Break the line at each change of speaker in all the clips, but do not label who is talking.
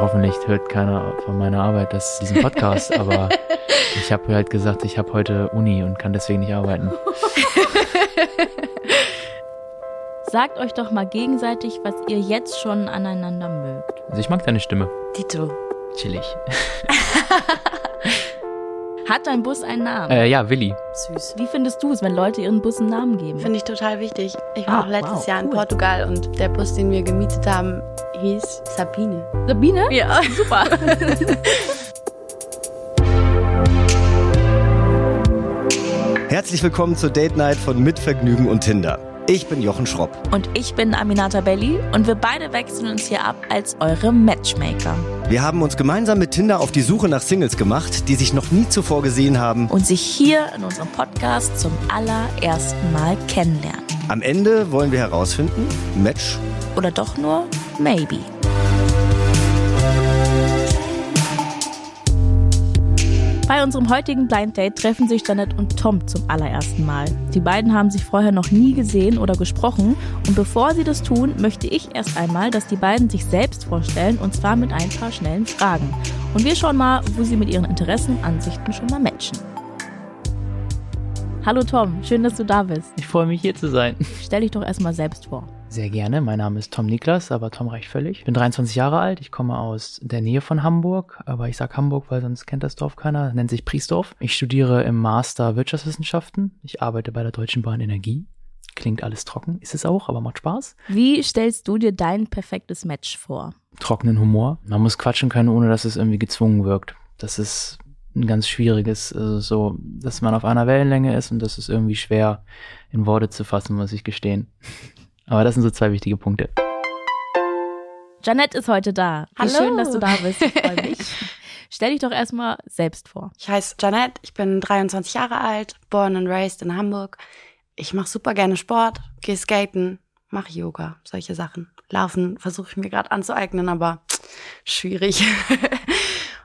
hoffentlich hört keiner von meiner Arbeit das, diesen Podcast, aber ich habe halt gesagt, ich habe heute Uni und kann deswegen nicht arbeiten.
Sagt euch doch mal gegenseitig, was ihr jetzt schon aneinander mögt.
Also ich mag deine Stimme.
Dito.
Chillig.
Hat dein Bus einen Namen?
Äh, ja, Willi.
Süß.
Wie findest du es, wenn Leute ihren Bus einen Namen geben?
Finde ich total wichtig. Ich war
Ah,
auch letztes
wow,
Jahr in
cool.
Portugal und der Bus, den wir gemietet haben, hieß Sabine.
Sabine?
Ja, super.
Herzlich willkommen zur Date Night von Mitvergnügen und Tinder. Ich bin Jochen Schropp.
Und ich bin Aminata Belli und wir beide wechseln uns hier ab als eure Matchmaker.
Wir haben uns gemeinsam mit Tinder auf die Suche nach Singles gemacht, die sich noch nie zuvor gesehen haben.
Und sich hier in unserem Podcast zum allerersten Mal kennenlernen.
Am Ende wollen wir herausfinden, Match.
Oder doch nur maybe. Bei unserem heutigen Blind Date treffen sich Janet und Tom zum allerersten Mal. Die beiden haben sich vorher noch nie gesehen oder gesprochen und bevor sie das tun, möchte ich erst einmal, dass die beiden sich selbst vorstellen und zwar mit ein paar schnellen Fragen. Und wir schauen mal, wo sie mit ihren Interessen und Ansichten schon mal matchen. Hallo Tom, schön, dass du da bist.
Ich freue mich hier zu sein.
Stell dich doch erstmal selbst vor.
Sehr gerne. Mein Name ist Tom Niklas, aber Tom reicht völlig. Ich bin 23 Jahre alt. Ich komme aus der Nähe von Hamburg, aber ich sag Hamburg, weil sonst kennt das Dorf keiner. Nennt sich Priestdorf. Ich studiere im Master Wirtschaftswissenschaften. Ich arbeite bei der Deutschen Bahn Energie. Klingt alles trocken, ist es auch, aber macht Spaß.
Wie stellst du dir dein perfektes Match vor?
Trockenen Humor. Man muss quatschen können, ohne dass es irgendwie gezwungen wirkt. Das ist ein ganz schwieriges, also so, dass man auf einer Wellenlänge ist und das ist irgendwie schwer in Worte zu fassen, muss ich gestehen. Aber das sind so zwei wichtige Punkte.
Janette ist heute da. Wie
Hallo.
Schön, dass du da bist. Ich freue mich. Stell dich doch erstmal selbst vor.
Ich heiße Janette, ich bin 23 Jahre alt, born and raised in Hamburg. Ich mache super gerne Sport, gehe skaten, mache Yoga, solche Sachen. Laufen versuche ich mir gerade anzueignen, aber schwierig.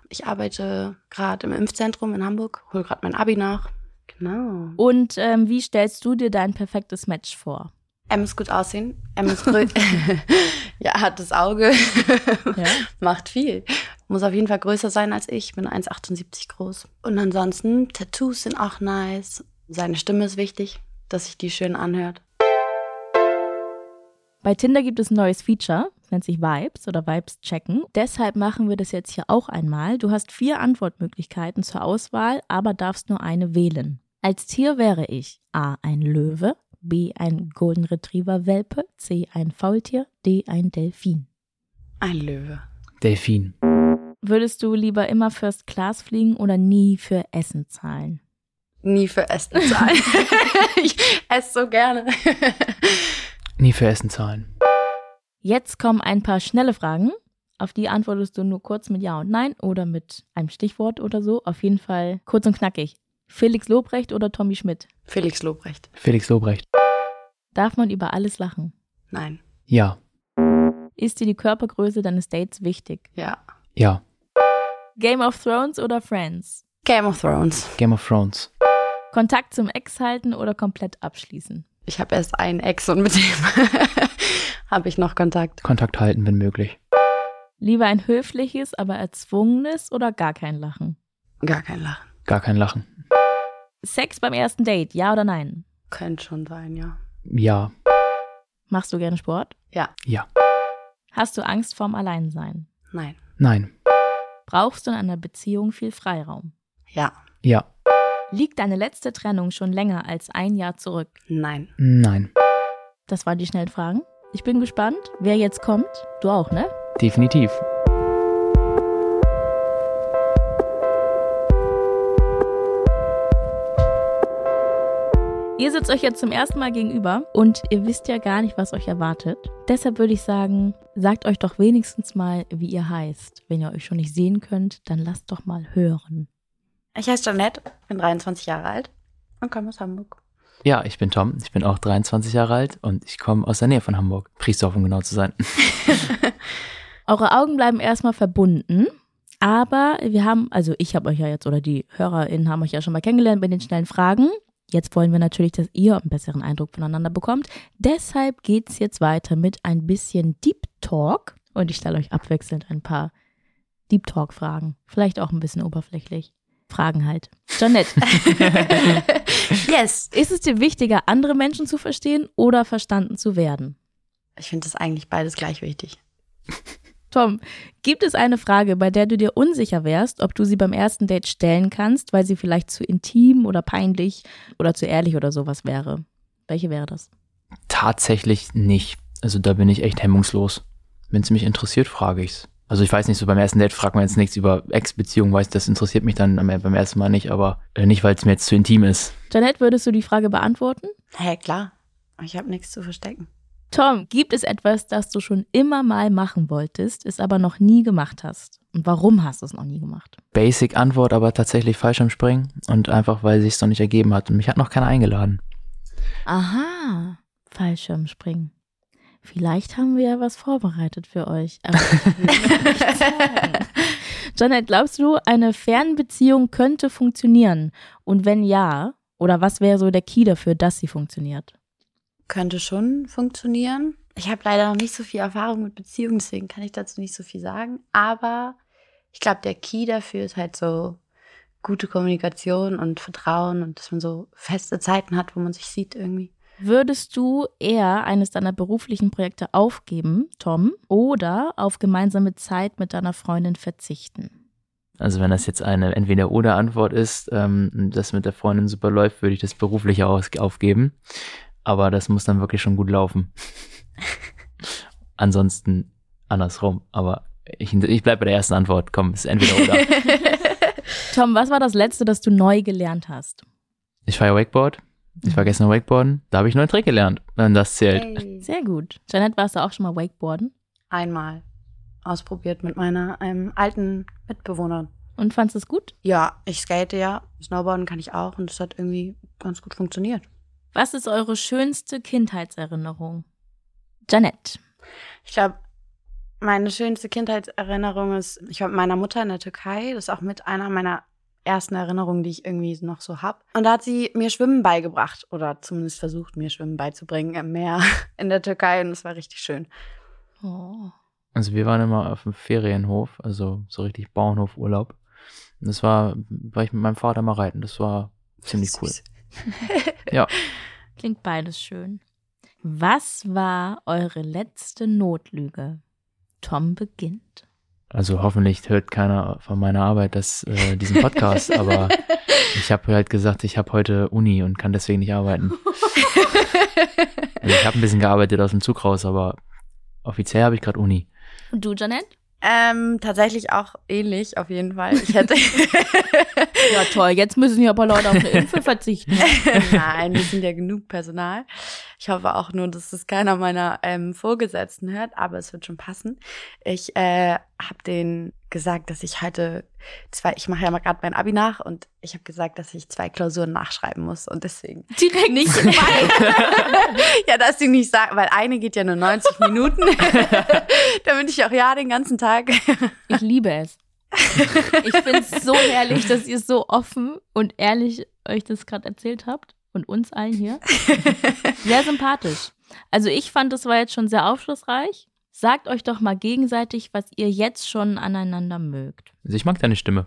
Ich arbeite gerade im Impfzentrum in Hamburg, hole gerade mein Abi nach. Genau.
Und ähm, wie stellst du dir dein perfektes Match vor?
M muss gut aussehen. M ist grün. ja, hat das Auge.
Ja.
Macht viel. Muss auf jeden Fall größer sein als ich. Bin 1,78 groß. Und ansonsten, Tattoos sind auch nice. Seine Stimme ist wichtig, dass sich die schön anhört.
Bei Tinder gibt es ein neues Feature, das nennt sich Vibes oder Vibes checken. Deshalb machen wir das jetzt hier auch einmal. Du hast vier Antwortmöglichkeiten zur Auswahl, aber darfst nur eine wählen. Als Tier wäre ich A ein Löwe, B ein Golden Retriever Welpe, C ein Faultier, D ein Delfin.
Ein Löwe.
Delfin.
Würdest du lieber immer First Class fliegen oder nie für Essen zahlen?
Nie für Essen zahlen. ich esse so gerne.
Nie für Essen zahlen.
Jetzt kommen ein paar schnelle Fragen. Auf die antwortest du nur kurz mit Ja und Nein oder mit einem Stichwort oder so. Auf jeden Fall kurz und knackig. Felix Lobrecht oder Tommy Schmidt?
Felix Lobrecht.
Felix Lobrecht.
Darf man über alles lachen?
Nein.
Ja,
Ist dir die Körpergröße deines Dates wichtig?
Ja.
ja.
Game of Thrones oder Friends?
Game of Thrones.
Game of Thrones.
Kontakt zum Ex halten oder komplett abschließen?
Ich habe erst einen Ex und mit dem habe ich noch Kontakt.
Kontakt halten, wenn möglich.
Lieber ein höfliches, aber erzwungenes oder gar kein Lachen?
Gar kein Lachen.
Gar kein Lachen.
Sex beim ersten Date, ja oder nein?
Könnte schon sein, ja.
Ja,
Machst du gerne Sport?
Ja.
ja.
Hast du Angst vorm Alleinsein?
Nein.
Nein.
Brauchst du in einer Beziehung viel Freiraum?
Ja.
Ja.
Liegt deine letzte Trennung schon länger als ein Jahr zurück?
Nein.
Nein.
Das waren die schnellen Fragen. Ich bin gespannt, wer jetzt kommt. Du auch, ne?
Definitiv.
Ihr sitzt euch jetzt zum ersten Mal gegenüber und ihr wisst ja gar nicht, was euch erwartet. Deshalb würde ich sagen, sagt euch doch wenigstens mal, wie ihr heißt. Wenn ihr euch schon nicht sehen könnt, dann lasst doch mal hören.
Ich heiße Janette, bin 23 Jahre alt und komme aus Hamburg.
Ja, ich bin Tom. Ich bin auch 23 Jahre alt und ich komme aus der Nähe von Hamburg. Priestdorf, um genau zu sein.
Eure Augen bleiben erstmal verbunden, aber wir haben, also ich habe euch ja jetzt oder die HörerInnen haben euch ja schon mal kennengelernt mit den schnellen Fragen. Jetzt wollen wir natürlich, dass ihr einen besseren Eindruck voneinander bekommt. Deshalb geht's jetzt weiter mit ein bisschen Deep Talk und ich stelle euch abwechselnd ein paar Deep Talk-Fragen. Vielleicht auch ein bisschen oberflächlich. Fragen halt. Jeanette,
Yes.
ist es dir wichtiger, andere Menschen zu verstehen oder verstanden zu werden?
Ich finde das eigentlich beides gleich wichtig.
Tom, gibt es eine Frage, bei der du dir unsicher wärst, ob du sie beim ersten Date stellen kannst, weil sie vielleicht zu intim oder peinlich oder zu ehrlich oder sowas wäre? Welche wäre das?
Tatsächlich nicht. Also da bin ich echt hemmungslos. Wenn es mich interessiert, frage ich's. Also ich weiß nicht, so beim ersten Date fragt man jetzt nichts über Ex-Beziehungen, weiß, das interessiert mich dann am- e-, beim ersten Mal nicht, aber äh, nicht, weil es mir jetzt zu intim ist.
Janet, würdest du die Frage beantworten?
Hä, hey, klar. Ich habe nichts zu verstecken.
Tom, gibt es etwas, das du schon immer mal machen wolltest, es aber noch nie gemacht hast? Und warum hast du es noch nie gemacht?
Basic Antwort, aber tatsächlich falsch am Springen und einfach, weil sich's noch nicht ergeben hat und mich hat noch keiner eingeladen.
Aha, Fallschirmspringen. Vielleicht haben wir ja was vorbereitet für euch. Aber ich will nicht sagen. Janet, glaubst du, eine Fernbeziehung könnte funktionieren? Und wenn ja, oder was wäre so der Key dafür, dass sie funktioniert?
Könnte schon funktionieren. Ich habe leider noch nicht so viel Erfahrung mit Beziehungen, deswegen kann ich dazu nicht so viel sagen. Aber ich glaube, der Key dafür ist halt so gute Kommunikation und Vertrauen und dass man so feste Zeiten hat, wo man sich sieht irgendwie.
Würdest du eher eines deiner beruflichen Projekte aufgeben, Tom, oder auf gemeinsame Zeit mit deiner Freundin verzichten?
Also wenn das jetzt eine entweder oder Antwort ist, ähm, das mit der Freundin super läuft, würde ich das berufliche aus aufgeben. Aber das muss dann wirklich schon gut laufen. Ansonsten andersrum. Aber ich, ich bleibe bei der ersten Antwort. Komm, ist entweder oder.
Tom, was war das Letzte, das du neu gelernt hast?
ich fahre Wakeboard. Ich war gestern Wakeboarden. Da habe ich einen neuen Trick gelernt. Und das zählt.
Hey.
Sehr gut. Janet, warst du auch schon mal Wakeboarden
Einmal ausprobiert mit meiner ähm, alten Mitbewohnerin.
und fandst es gut?
Ja, ich skate ja, Snowboarden kann ich auch und es hat irgendwie ganz gut funktioniert.
Was ist eure schönste Kindheitserinnerung? Janet.
Ich glaube, meine schönste Kindheitserinnerung ist, ich war mit meiner Mutter in der Türkei. Das ist auch mit einer meiner ersten Erinnerungen, die ich irgendwie noch so hab. Und da hat sie mir Schwimmen beigebracht oder zumindest versucht, mir Schwimmen beizubringen im Meer in der Türkei und es war richtig schön.
Oh.
Also wir waren immer auf dem Ferienhof, also so richtig Bauernhofurlaub. Und das war, war ich mit meinem Vater mal reiten. Das war ziemlich cool.
Süß.
Klingt beides schön. Was war eure letzte Notlüge? Tom beginnt.
Also hoffentlich hört keiner von meiner Arbeit das, äh, diesen Podcast, aber ich habe halt gesagt, ich habe heute Uni und kann deswegen nicht arbeiten. Also ich habe ein bisschen gearbeitet aus dem Zug raus, aber offiziell habe ich gerade Uni.
Und du, Janet?
Ähm, tatsächlich auch ähnlich, auf jeden Fall. Ich hätte.
Ja, toll. Jetzt müssen hier aber Leute auf eine Impfe verzichten.
Nein, wir sind ja genug Personal. Ich hoffe auch nur, dass es keiner meiner ähm, Vorgesetzten hört, aber es wird schon passen. Ich äh, habe denen gesagt, dass ich heute zwei, ich mache ja mal gerade mein Abi nach und ich habe gesagt, dass ich zwei Klausuren nachschreiben muss und deswegen
Direkt nicht.
ja, dass die nicht sagen, weil eine geht ja nur 90 Minuten, damit ich auch ja den ganzen Tag.
Ich liebe es. Ich finde es so herrlich, dass ihr so offen und ehrlich euch das gerade erzählt habt und uns allen hier. Sehr sympathisch. Also ich fand, das war jetzt schon sehr aufschlussreich. Sagt euch doch mal gegenseitig, was ihr jetzt schon aneinander mögt.
Also ich mag deine Stimme.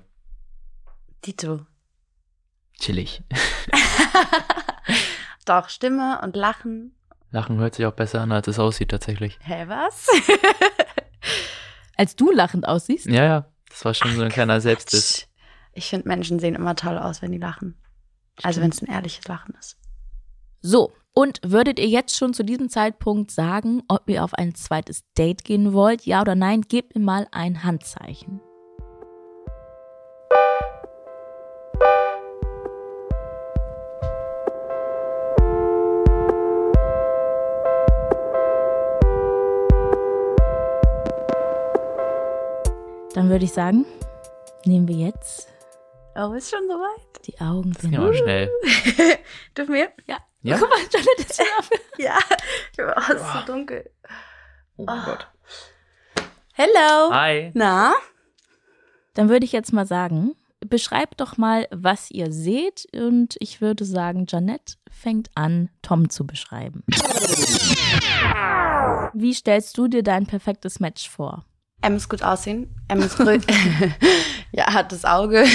Dito,
Chillig.
doch Stimme und Lachen.
Lachen hört sich auch besser an, als es aussieht tatsächlich.
Hä, was?
Als du lachend aussiehst,
Ja, ja. Das war schon so ein kleiner Selbstdiss.
Ich finde, Menschen sehen immer toll aus, wenn die lachen. Also wenn es ein ehrliches Lachen ist.
So, und würdet ihr jetzt schon zu diesem Zeitpunkt sagen, ob ihr auf ein zweites Date gehen wollt, ja oder nein, gebt mir mal ein Handzeichen. Dann würde ich sagen, nehmen wir jetzt
Oh, ist schon soweit?
die Augen.
Das ging aber schnell.
Dürfen wir?
Ja.
Ja?
Guck mal, Janet ist wieder auf.
Ja. Oh, es ist so dunkel.
Oh mein Gott.
Hello.
Hi.
Na?
Dann würde ich jetzt mal sagen, beschreibt doch mal, was ihr seht. Und ich würde sagen, Janette fängt an, Tom zu beschreiben. Wie stellst du dir dein perfektes Match vor?
Er muss gut aussehen. Er muss grö- ja, hat das Auge.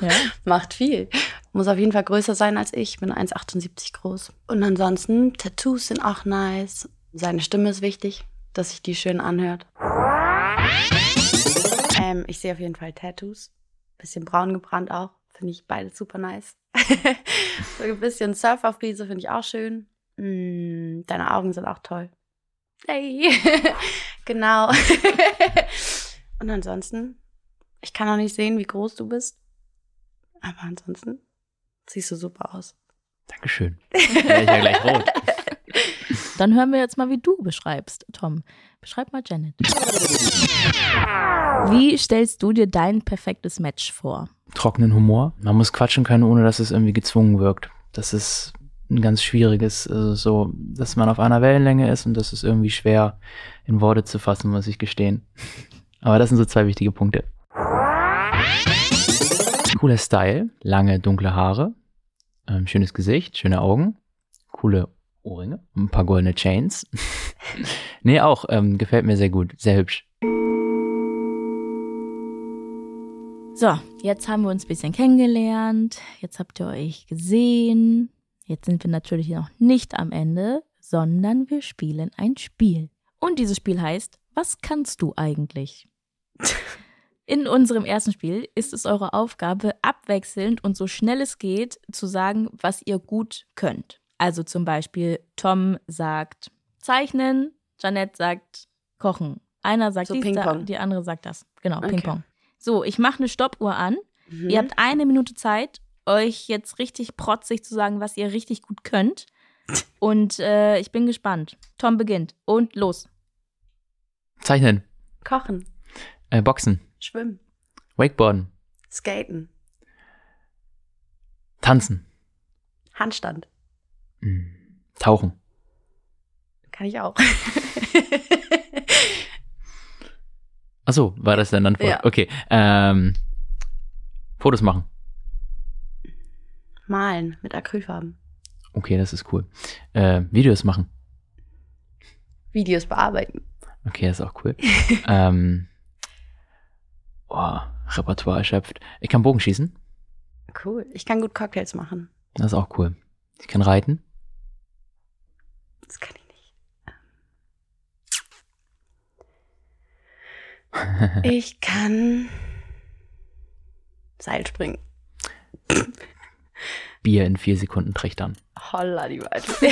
Ja.
Macht viel. Muss auf jeden Fall größer sein als ich. Bin 1,78 groß. Und ansonsten, Tattoos sind auch nice. Seine Stimme ist wichtig, dass sich die schön anhört. Ähm, ich sehe auf jeden Fall Tattoos. Bisschen braun gebrannt auch. Finde ich beides super nice. so ein bisschen Surferfriese finde ich auch schön. Mm, deine Augen sind auch toll. Hey. genau. Und ansonsten, ich kann auch nicht sehen, wie groß du bist. Aber ansonsten siehst du super aus.
Dankeschön. Wäre ich ja gleich rot.
Dann hören wir jetzt mal, wie du beschreibst, Tom. Beschreib mal Janet. Wie stellst du dir dein perfektes Match vor?
Trockenen Humor. Man muss quatschen können, ohne dass es irgendwie gezwungen wirkt. Das ist ein ganz schwieriges, also so, dass man auf einer Wellenlänge ist und das ist irgendwie schwer in Worte zu fassen, muss ich gestehen. Aber das sind so zwei wichtige Punkte. Cooler Style, lange dunkle Haare, ähm, schönes Gesicht, schöne Augen, coole Ohrringe, und ein paar goldene Chains. nee, auch, ähm, gefällt mir sehr gut, sehr hübsch.
So, jetzt haben wir uns ein bisschen kennengelernt. Jetzt habt ihr euch gesehen. Jetzt sind wir natürlich noch nicht am Ende, sondern wir spielen ein Spiel. Und dieses Spiel heißt, was kannst du eigentlich? In unserem ersten Spiel ist es eure Aufgabe, abwechselnd und so schnell es geht, zu sagen, was ihr gut könnt. Also zum Beispiel, Tom sagt zeichnen, Janette sagt kochen. Einer sagt
So
dies,
Ping-Pong.
die andere sagt das. Genau,
Okay.
Ping-Pong. So, ich mache eine Stoppuhr an.
Mhm.
Ihr habt eine Minute Zeit, euch jetzt richtig protzig zu sagen, was ihr richtig gut könnt. Und äh, ich bin gespannt. Tom beginnt. Und los.
Zeichnen,
Kochen,
äh, Boxen,
schwimmen,
Wakeboarden,
skaten,
Tanzen,
Handstand.
mm, Tauchen.
Kann ich auch.
Ach so, war das dann Antwort?
Ja.
Okay. Ähm, Fotos machen.
Malen mit Acrylfarben.
Okay, das ist cool. Äh, Videos machen.
Videos bearbeiten.
Okay, das ist auch cool. ähm, boah, Repertoire erschöpft. Ich kann Bogenschießen.
Cool. Ich kann gut Cocktails machen.
Das ist auch cool. Ich kann reiten.
Das kann ich nicht. Ich kann Seil springen.
Bier in vier Sekunden trichtern.
Holla die Waldfee.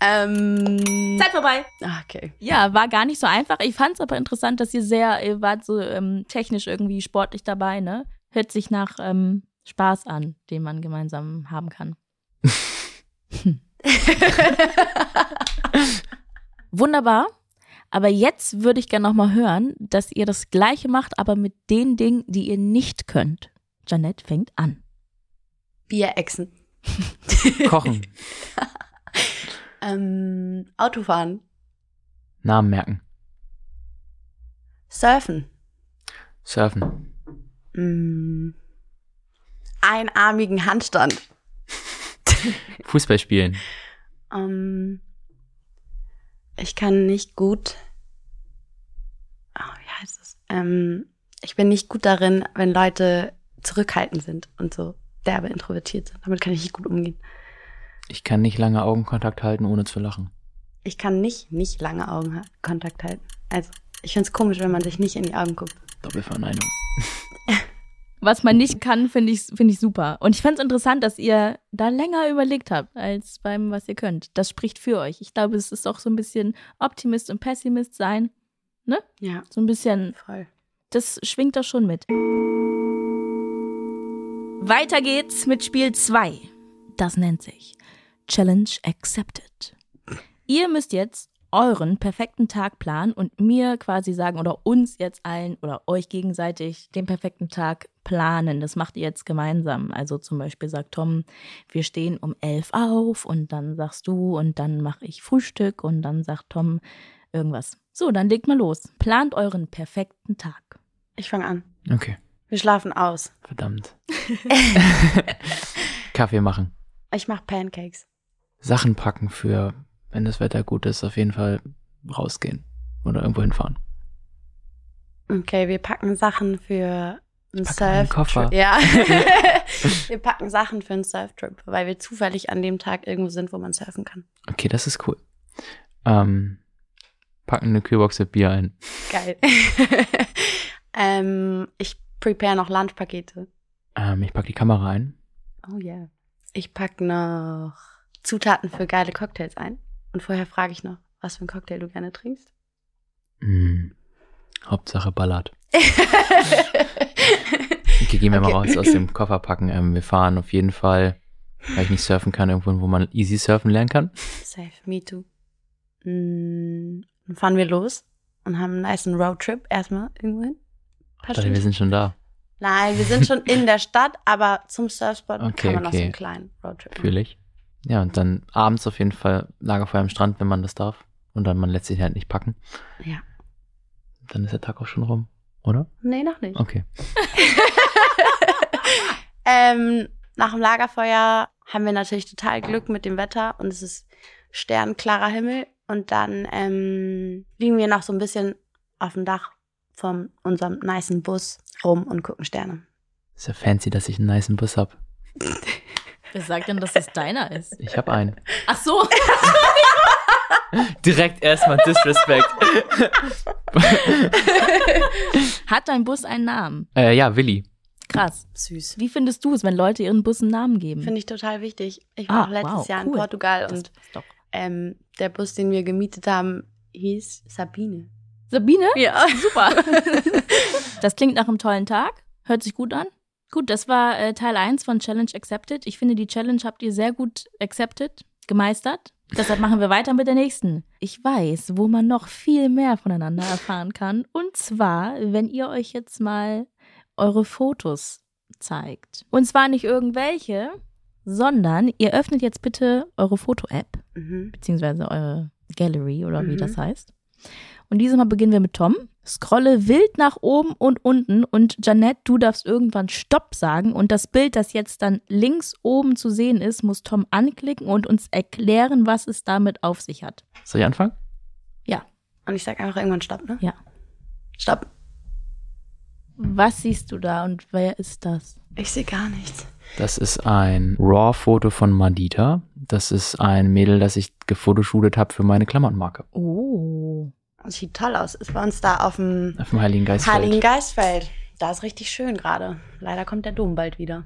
ähm,
Zeit vorbei.
ah, okay.
Ja, war gar nicht so einfach. Ich fand es aber interessant, dass ihr sehr, ihr wart so ähm, technisch irgendwie sportlich dabei, ne? Hört sich nach ähm, Spaß an, den man gemeinsam haben kann. Hm. Wunderbar. Aber jetzt würde ich gerne nochmal hören, dass ihr das Gleiche macht, aber mit den Dingen, die ihr nicht könnt. Janette fängt an.
Bierechsen.
Kochen.
Ähm, Autofahren.
Namen merken.
Surfen.
Surfen.
Mm. Einarmigen Handstand.
Fußball spielen.
Ähm, ich kann nicht gut. Oh, wie heißt es? Ähm, ich bin nicht gut darin, wenn Leute zurückhaltend sind und so derbe introvertiert sind. Damit kann ich nicht gut umgehen.
Ich kann nicht lange Augenkontakt halten, ohne zu lachen.
Ich kann nicht, nicht lange Augenkontakt halten. Also, ich find's komisch, wenn man sich nicht in die Augen guckt.
Doppelverneinung.
Was man nicht kann, finde ich, finde ich super. Und ich fand es interessant, dass ihr da länger überlegt habt, als beim, was ihr könnt. Das spricht für euch. Ich glaube, es ist auch so ein bisschen Optimist und Pessimist sein.
Ja,
So ein bisschen,
voll.
das schwingt da schon mit. Weiter geht's mit Spiel 2. Das nennt sich Challenge Accepted. Ihr müsst jetzt euren perfekten Tag planen und mir quasi sagen oder uns jetzt allen oder euch gegenseitig den perfekten Tag planen. Das macht ihr jetzt gemeinsam. Also zum Beispiel sagt Tom, wir stehen um elf auf und dann sagst du und dann mache ich Frühstück und dann sagt Tom irgendwas. So, dann legt mal los. Plant euren perfekten Tag.
Ich fange an.
Okay,
Wir schlafen aus.
verdammt. Kaffee machen.
Ich mache Pancakes.
Sachen packen für, wenn das Wetter gut ist, auf jeden Fall rausgehen. oder irgendwo hinfahren.
Okay, wir packen Sachen für einen
packe meinen
Surftrip.
Koffer.
Ja. wir packen Sachen für einen Surftrip, weil wir zufällig an dem Tag irgendwo sind, wo man surfen kann.
Okay, das ist cool. Ähm, packen eine Kühlbox mit Bier ein.
Geil. ähm, ich prepare noch Landpakete.
Ähm, ich packe die Kamera ein.
Oh yeah. Ich pack noch Zutaten für geile Cocktails ein. Und vorher frage ich noch, was für einen Cocktail du gerne trinkst.
Hm. Hauptsache ballert. Okay, gehen wir mal
Okay.
raus aus dem Koffer packen. Ähm, wir fahren auf jeden Fall, weil ich nicht surfen kann, irgendwo, wo man easy surfen lernen kann.
Safe, me too. Mm, Dann fahren wir los und haben einen niceen Roadtrip erstmal irgendwo hin. Paar
Dachte, wir
Stunden.
sind schon da.
Nein, wir sind schon in der Stadt, aber zum Surfspot
Okay,
kann man noch so
okay.
einen kleinen Roadtrip machen.
Fühle ich. Ja, und dann abends auf jeden Fall Lagerfeuer am Strand, wenn man das darf. Und dann man lässt sich halt nicht packen.
Ja.
Dann ist der Tag auch schon rum, oder?
Nee, noch nicht.
Okay.
Ähm, nach dem Lagerfeuer haben wir natürlich total Glück mit dem Wetter und es ist sternklarer Himmel. Und dann ähm, liegen wir noch so ein bisschen auf dem Dach von unserem nicen Bus rum und gucken Sterne.
Ist ja fancy, dass ich einen niceen Bus hab.
Wer sagt denn, dass es deiner ist?
Ich hab einen.
Ach so.
Direkt erstmal Disrespect.
Hat dein Bus einen Namen?
äh, ja, Willi.
Krass.
Süß.
Wie findest du es, wenn Leute ihren Bus einen Namen geben?
Finde ich total wichtig. Ich war
Ah,
auch letztes
wow,
Jahr in
cool.
Portugal
Das
und
ist doch.
ähm, der Bus, den wir gemietet haben, hieß Sabine.
Sabine?
Ja.
Super. das klingt nach einem tollen Tag. Hört sich gut an. Gut, das war äh, Teil 1 von Challenge Accepted. Ich finde, die Challenge habt ihr sehr gut accepted, gemeistert. Deshalb machen wir weiter mit der nächsten. Ich weiß, wo man noch viel mehr voneinander erfahren kann. Und zwar, wenn ihr euch jetzt mal eure Fotos zeigt. Und zwar nicht irgendwelche, sondern ihr öffnet jetzt bitte eure Foto-App
Mhm.
beziehungsweise eure Gallery oder wie
Mhm.
das heißt. Und dieses Mal beginnen wir mit Tom. Scrolle wild nach oben und unten und Janette, du darfst irgendwann Stopp sagen und das Bild, das jetzt dann links oben zu sehen ist, muss Tom anklicken und uns erklären, was es damit auf sich hat.
Soll ich anfangen?
Und ich sag einfach irgendwann Stopp, ne?
Ja.
Stopp.
Was siehst du da und wer ist das?
Ich sehe gar nichts.
Das ist ein RAW-Foto von Madita. Das ist ein Mädel, das ich gefotoshootet hab für meine Klamottenmarke.
Oh.
Sieht toll aus. Ist bei uns da auf dem
Auf dem Heiligen Geist.
Heiligen Geistfeld. Da ist richtig schön gerade. Leider kommt der Dom bald wieder.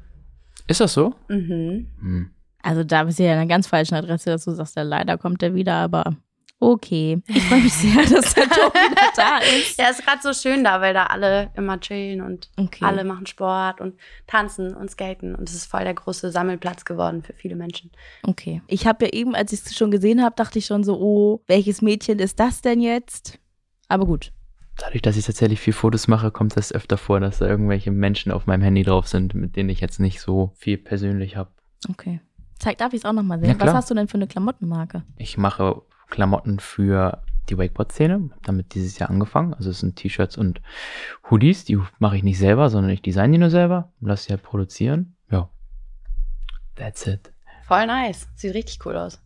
Ist das so?
Mhm.
Hm.
Also da bist du ja an einer ganz falschen Adresse, dass du sagst, ja, leider kommt er wieder, aber okay. Ich freue mich sehr, dass der Tom wieder da ist.
Ja, ist gerade so schön da, weil da alle immer chillen und
Okay.
alle machen Sport und tanzen und skaten. Und es ist voll der große Sammelplatz geworden für viele Menschen.
Okay. Ich habe ja eben, als ich es schon gesehen habe, dachte ich schon so, oh, welches Mädchen ist das denn jetzt? Aber gut.
Dadurch, dass ich tatsächlich viel Fotos mache, kommt das öfter vor, dass da irgendwelche Menschen auf meinem Handy drauf sind, mit denen ich jetzt nicht so viel persönlich habe.
Okay. Zeig, darf ich es auch nochmal
Ja,
sehen?
klar.
Was hast du denn für eine Klamottenmarke?
Ich mache Klamotten für die Wakeboard-Szene, hab damit dieses Jahr angefangen. Also es sind T-Shirts und Hoodies, die mache ich nicht selber, sondern ich design die nur selber und lasse sie halt produzieren. Ja. That's it.
Voll nice. Sieht richtig cool aus.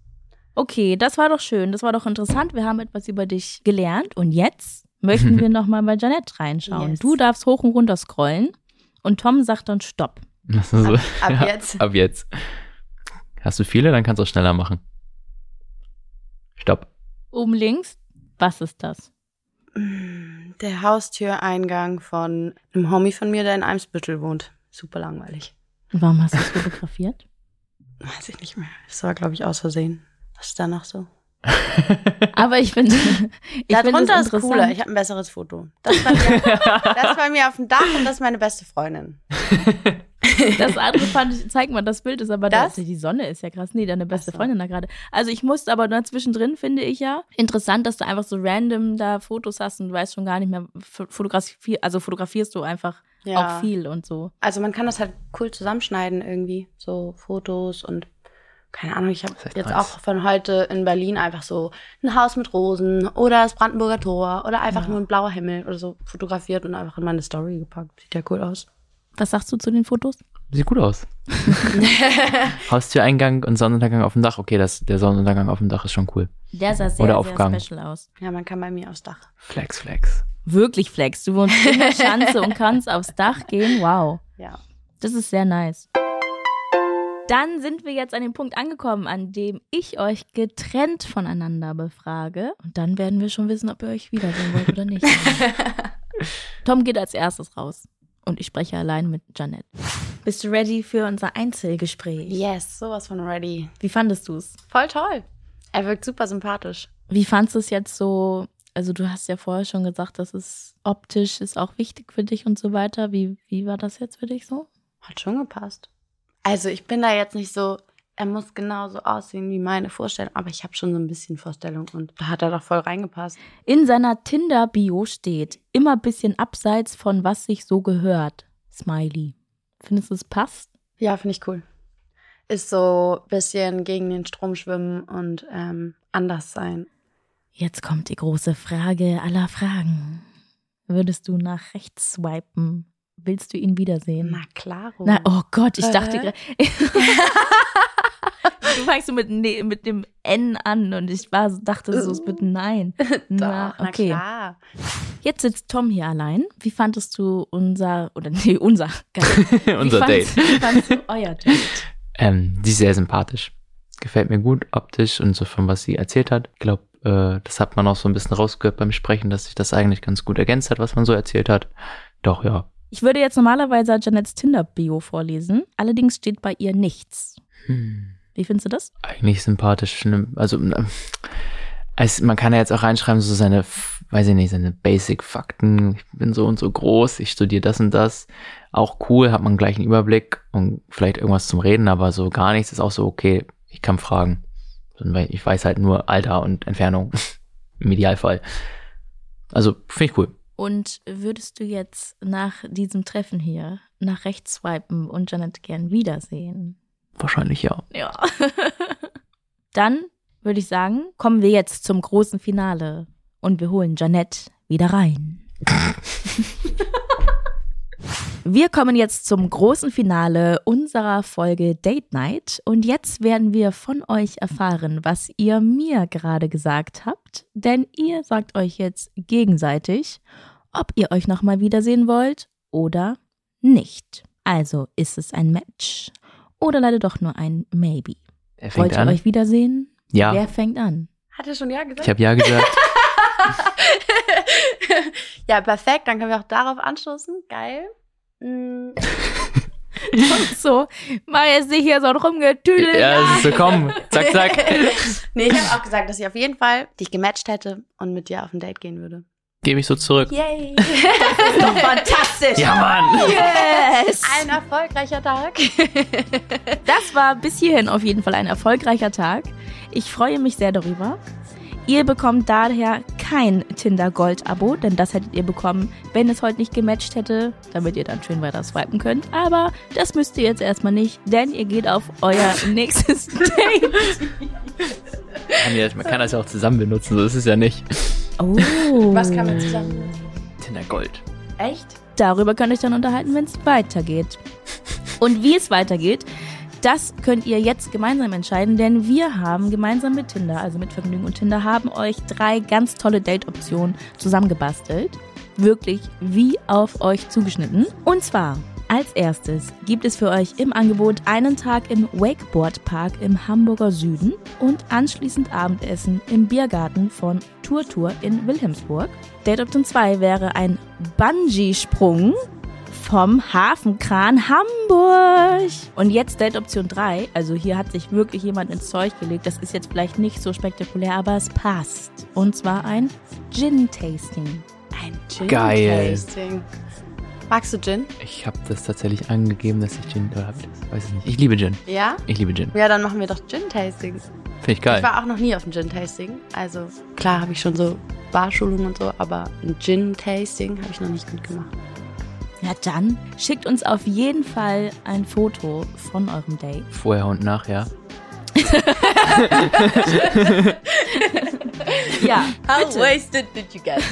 Okay, das war doch schön. Das war doch interessant. Wir haben etwas über dich gelernt. Und jetzt möchten wir nochmal bei Janette reinschauen.
Yes.
Du darfst hoch und runter scrollen. Und Tom sagt dann Stopp.
Das ist so.
Ab, ab
Ja,
jetzt.
Ab jetzt. Hast du viele, dann kannst du auch schneller machen. Stopp.
Oben links, was ist das?
Mm, Der Haustüreingang von einem Homie von mir, der in Eimsbüttel wohnt. Super langweilig.
Und Warum hast du es fotografiert?
Weiß ich nicht mehr. Das war, glaube ich, aus Versehen. Was ist da noch so?
Aber ich finde, ich finde
Darunter
es
ist cooler.
interessant.
Ich habe ein besseres Foto. Das war, mir, das war mir auf dem Dach und das ist meine beste Freundin.
Das andere fand ich, zeig mal, das Bild ist aber das?
Das?
die Sonne ist ja krass. Nee, deine beste
Ach so.
Freundin da gerade. Also ich musste aber nur zwischendrin, finde ich ja. Interessant, dass du einfach so random da Fotos hast und du weißt schon gar nicht mehr, f- fotografier, also fotografierst du einfach auch viel und so.
Also man kann das halt cool zusammenschneiden irgendwie. So Fotos und keine Ahnung, ich habe
Das ist echt
jetzt
nice.
auch von heute in Berlin einfach so ein Haus mit Rosen oder das Brandenburger Tor oder einfach
Ja.
nur ein blauer Himmel oder so fotografiert und einfach in meine Story gepackt. Sieht ja cool aus.
Was sagst du zu den Fotos?
Sieht gut aus. Haustüreingang und Sonnenuntergang auf dem Dach. Okay, das, der Sonnenuntergang auf dem Dach ist schon cool.
Der sah sehr,
Oder
sehr
Aufgang.
special aus.
Ja, man kann bei mir aufs Dach.
Flex, flex.
Wirklich Flex. Du wohnst in der Schanze und kannst aufs Dach gehen. Wow.
Ja.
Das ist sehr nice. Dann sind wir jetzt an dem Punkt angekommen, an dem ich euch getrennt voneinander befrage. Und dann werden wir schon wissen, ob ihr euch wiedersehen wollt oder nicht. Tom geht als erstes raus. Und ich spreche allein mit Janet. Bist du ready für unser Einzelgespräch?
Yes, sowas von ready.
Wie fandest du es?
Voll toll. Er wirkt super sympathisch.
Wie fandst du es jetzt so? Also, du hast ja vorher schon gesagt, dass es optisch ist auch wichtig für dich und so weiter. Wie, wie war das jetzt für dich so?
Hat schon gepasst. Also ich bin da jetzt nicht so, er muss genauso aussehen wie meine Vorstellung, aber ich habe schon so ein bisschen Vorstellung und da hat er doch voll reingepasst.
In seiner Tinder-Bio steht, immer bisschen abseits von was sich so gehört. Smiley. Findest du es passt?
Ja, finde ich cool. Ist so ein bisschen gegen den Strom schwimmen und ähm, anders sein.
Jetzt kommt die große Frage aller Fragen. Würdest du nach rechts swipen? Willst du ihn wiedersehen?
Na klar.
Na, oh Gott, ich
Äh?
dachte gerade. du fängst so mit, ne, mit dem N an und ich war, so- dachte so, es wird ein Nein.
Doch, na klar.
Jetzt sitzt Tom hier allein. Wie fandest du unser, oder nee, unser, geil.
Unser
wie
Date.
fandest, Wie fandest du euer Date?
Ähm, die ist sehr sympathisch. Gefällt mir gut, optisch und so von was sie erzählt hat. Ich glaube, äh, das hat man auch so ein bisschen rausgehört beim Sprechen, dass sich das eigentlich ganz gut ergänzt hat, was man so erzählt hat. Doch, ja.
Ich würde jetzt normalerweise Janets Tinder-Bio vorlesen. Allerdings steht bei ihr nichts.
Hm.
Wie findest du das?
Eigentlich sympathisch. ne? Also, ähm, als, man kann ja jetzt auch reinschreiben, so seine, f- weiß ich nicht, seine Basic-Fakten. Ich bin so und so groß, ich studiere das und das. Auch cool, hat man gleich einen Überblick und vielleicht irgendwas zum Reden, aber so gar nichts ist auch so, okay, ich kann fragen. Und weil Ich weiß halt nur Alter und Entfernung. Im Idealfall. Also, finde ich cool.
Und würdest du jetzt nach diesem Treffen hier nach rechts swipen und Janet gern wiedersehen?
Wahrscheinlich ja.
Ja. Dann würde ich sagen, kommen wir jetzt zum großen Finale und wir holen Janet wieder rein. Wir kommen jetzt zum großen Finale unserer Folge Date Night und jetzt werden wir von euch erfahren, was ihr mir gerade gesagt habt, denn ihr sagt euch jetzt gegenseitig, ob ihr euch nochmal wiedersehen wollt oder nicht. Also ist es ein Match oder leider doch nur ein Maybe.
Er fängt
Wollt ihr
an.
euch wiedersehen?
ja,
Wer fängt an?
Hat er schon Ja
ich
gesagt?
habe ja gesagt.
ja, perfekt. Dann können wir auch darauf anstoßen. Geil. Mm,
so, mach jetzt nicht hier so ein rumgetüdel.
ja, es ist so, komm, zack, zack.
nee, ich habe auch gesagt, dass ich auf jeden Fall dich gematcht hätte und mit dir auf ein Date gehen würde.
Gebe ich so zurück.
Yay!
doch fantastisch.
Ja, Mann.
Yes.
Ein erfolgreicher Tag.
Das war bis hierhin auf jeden Fall ein erfolgreicher Tag. Ich freue mich sehr darüber. Ihr bekommt daher kein Tinder Gold Abo, denn das hättet ihr bekommen, wenn es heute nicht gematcht hätte, damit ihr dann schön weiter swipen könnt. Aber das müsst ihr jetzt erstmal nicht, denn ihr geht auf euer nächstes Date.
Kann ja- Man kann das ja auch zusammen benutzen, so ist es ja nicht.
Oh.
Was kann man zusammen?
Tinder Gold.
Echt?
Darüber könnt ihr euch dann unterhalten, wenn es weitergeht. Und wie es weitergeht, das könnt ihr jetzt gemeinsam entscheiden, denn wir haben gemeinsam mit Tinder, also mit Vergnügen und Tinder, haben euch drei ganz tolle Date-Optionen zusammengebastelt. Wirklich wie auf euch zugeschnitten. Und zwar. Als erstes gibt es für euch im Angebot einen Tag im Wakeboard Park im Hamburger Süden und anschließend Abendessen im Biergarten von Turtur in Wilhelmsburg. Date Option 2 wäre ein Bungee-Sprung vom Hafenkran Hamburg. Und jetzt Date Option 3. Also hier hat sich wirklich jemand ins Zeug gelegt. Das ist jetzt vielleicht nicht so spektakulär, aber es passt. Und zwar ein Gin-Tasting.
Ein Gin
Geil.
Tasting. Magst du Gin?
Ich habe das tatsächlich angegeben, dass ich Gin. Oder hab ich das? Weiß ich nicht. Ich liebe Gin.
Ja?
Ich liebe Gin.
Ja, dann machen wir doch Gin Tastings.
Finde ich
Ich
geil.
war auch noch nie auf dem Gin Tasting. Also klar habe ich schon so Barschulungen und so, aber ein Gin Tasting habe ich noch nicht mitgemacht.
Ja, dann schickt uns auf jeden Fall ein Foto von eurem Date.
Vorher und nachher.
Ja,
How
bitte.
wasted did you get?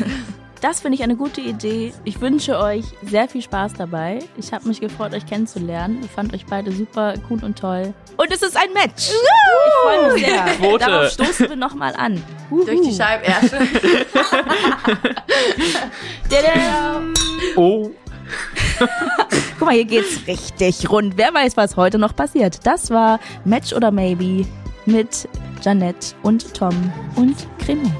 Das finde ich eine gute Idee. Ich wünsche euch sehr viel Spaß dabei. Ich habe mich gefreut, euch kennenzulernen. Ich fand euch beide super cool und toll. Und es ist ein Match. Ich freue mich sehr.
Quote.
Darauf stoßen wir nochmal an.
Durch die Scheibe erst.
Tada.
Oh.
Guck mal, hier geht's richtig rund. Wer weiß, was heute noch passiert. Das war Match oder Maybe mit Janette und Tom und Cremon.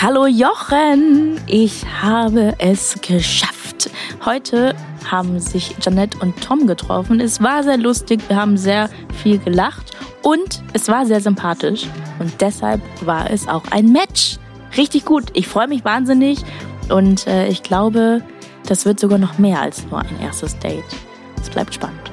Hallo Jochen, ich habe es geschafft. Heute haben sich Janette und Tom getroffen. Es war sehr lustig, wir haben sehr viel gelacht und es war sehr sympathisch. Und deshalb war es auch ein Match. Richtig gut, ich freue mich wahnsinnig und äh, ich glaube, das wird sogar noch mehr als nur ein erstes Date. Es bleibt spannend.